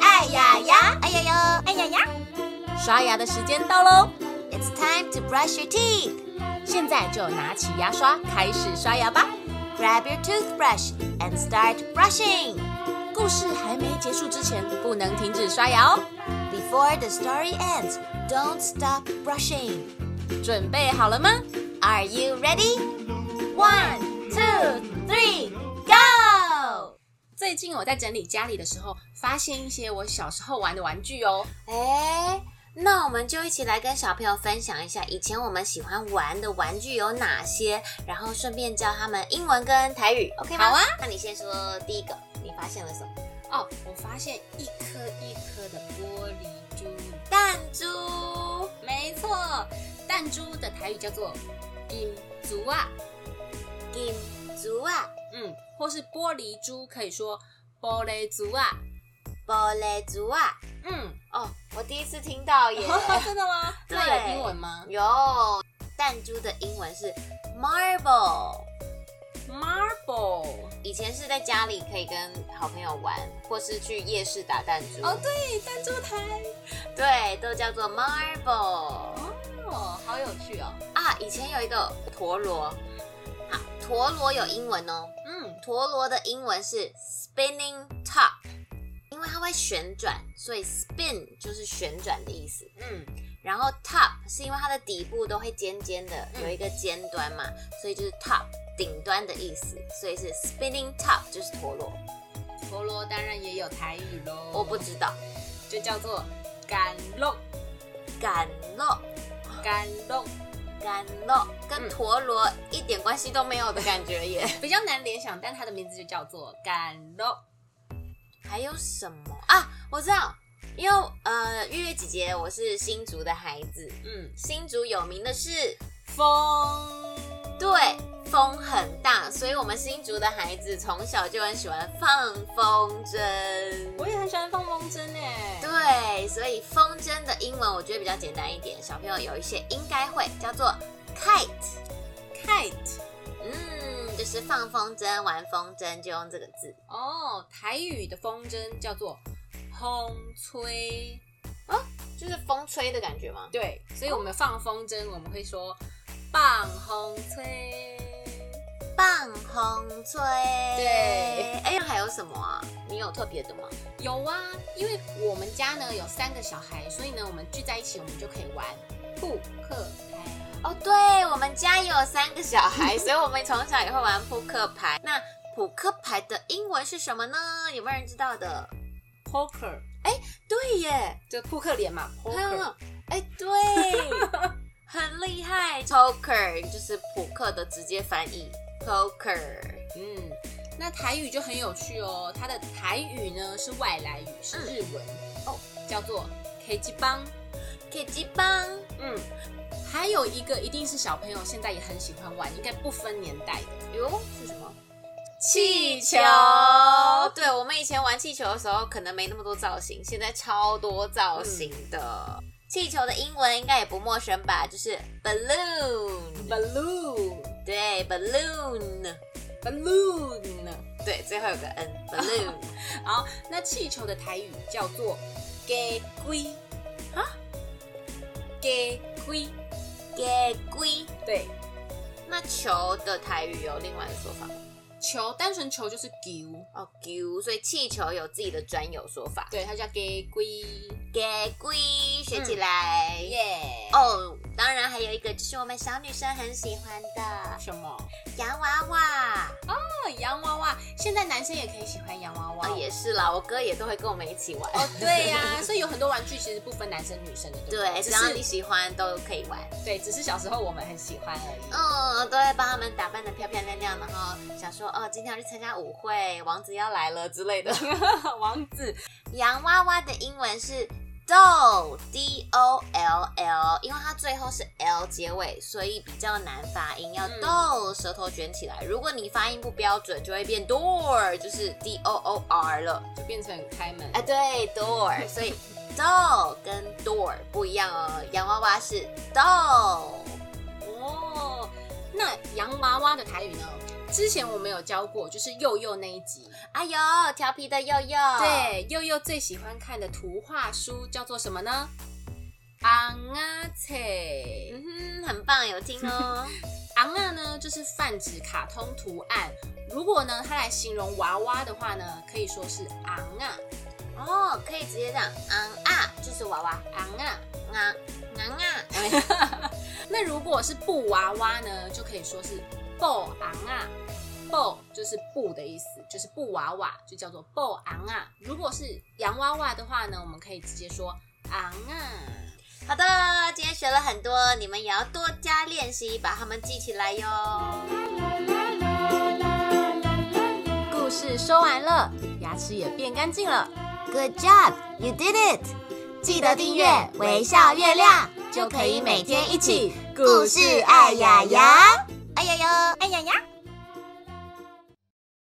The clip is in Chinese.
哎刷牙的时间到喽！It's time to brush your teeth。现在就拿起牙刷开始刷牙吧！Grab your toothbrush and start brushing。故事还没结束之前，不能停止刷牙哦。Before the story ends, don't stop brushing。准备好了吗？Are you ready? One, two, three, go！最近我在整理家里的时候，发现一些我小时候玩的玩具哦。哎，那我们就一起来跟小朋友分享一下以前我们喜欢玩的玩具有哪些，然后顺便教他们英文跟台语，OK 吗？好啊。那你先说第一个，你发现了什么？哦，我发现一颗一颗的玻璃珠，弹珠。没错，弹珠的台语叫做银珠啊，金珠啊，嗯，或是玻璃珠可以说玻璃珠啊，玻璃珠啊。嗯，哦，我第一次听到耶。 真的吗？那对有英文吗有弹珠的英文是 marble。 ？Marble。以前是在家里可以跟好朋友玩，或是去夜市打弹珠。哦，对，弹珠台。对，都叫做 marble 哦，好有趣哦。啊。以前有一个陀螺，好，陀螺有英文哦。嗯，陀螺的英文是 spinning top，因为它会旋转，所以 spin 就是旋转的意思。嗯，然后 top 是因为它的底部都会尖尖的，嗯有一个尖端嘛，所以就是 top 顶端的意思，所以是 spinning top 就是陀螺。陀螺当然也有台语喽。我不知道，就叫做赶路，赶肉赶路赶肉嗯跟陀螺一点关系都没有的感觉耶。比较难联想，但它的名字就叫做赶路。还有什么啊？我知道，因为呃，月月姐姐我是新竹的孩子，嗯，新竹有名的是风对风很大，所以我们新竹的孩子从小就很喜欢放风筝。我也很喜欢放风筝诶。对，所以风筝的英文我觉得比较简单一点，小朋友有一些应该会，叫做 kite， ，kite。嗯，就是放风筝、玩风筝就用这个字。哦，台语的风筝叫做风吹。就是风吹的感觉吗？对，所以我们放风筝，我们会说棒风吹。棒风吹。对哎，那还有什么啊？你有特别的吗？有啊，因为我们家呢有三个小孩，所以呢我们聚在一起，我们就可以玩扑克牌。哦，对，我们家也有三个小 孩，所以我们从小也会玩扑克牌。那扑克牌的英文是什么呢？有没有人知道的？ poker 对耶，就扑克脸嘛，poker。嗯，哎、对，很厉害。Poker 就是扑克的直接翻译，poker。嗯，那台语就很有趣哦，它的台语呢是外来语，是日文、哦，叫做 K 吉邦。 K 级棒，嗯，还有一个一定是小朋友现在也很喜欢玩，应该不分年代的哟是什么？气球。对，我们以前玩气球的时候，可能没那么多造型，现在超多嗯造型的。气球的英文应该也不陌生吧？就是 balloon， balloon 对，balloon， balloon。对，最后有个 n，balloon。好，那气球的台语叫做给龟啊，给龟。给龟。对，那球的台语有另外的说法吗球单纯球就是球，哦，球，所以气球有自己的专有说法，对，它叫给龟。给龟学嗯起来。耶、哦，当然还有一个就是我们小女生很喜欢的什么？洋娃娃，哦，洋娃娃，现在男生也可以喜欢洋娃娃啊、也是啦，我哥也都会跟我们一起玩。哦，对呀、所以有很多玩具其实不分男生女生的，对不对，对，只只要是你喜欢都可以玩。对，只是小时候我们很喜欢而已。嗯，都会帮他们打扮的漂漂亮亮，然后想说哦，今天要去参加舞会，王子要来了之类的。嗯王子， 洋娃娃的英文是 doll d o l l，因为它最后是 l 结尾，所以比较难发音，要嗯 doll 舌头卷起来。如果你发音不标准，就会变 door，就是 d o o r 了。就变成开门。哎，对 door，所以 doll 跟 door 不一样哦。洋娃娃是 doll，哦，那洋娃娃的台语呢？之前我们有教过，就是佑佑那一集。哎呦，调皮的佑佑，，对，佑佑最喜欢看的图画书叫做什么呢？昂啊切，嗯哼，很棒，有听 哦。昂啊呢就是泛指卡通图案。如果呢它来形容娃娃的话呢，可以说是昂啊哦，可以直接讲昂啊，就是娃娃昂啊。 昂昂啊，哎那如果是布娃娃呢，就可以说是布昂啊。布就是布的意思，就是布娃娃，就叫做布昂啊。如果是洋娃娃的话呢，我们可以直接说昂啊。 好的，今天学了很多，你们也要多加练习，把它们记起来哟。故事说完了，牙齿也变干净了， Good job, you did it！记得订阅《微笑月亮》，就可以每天一起故事爱雅雅。哎呀呀，哎呀呀。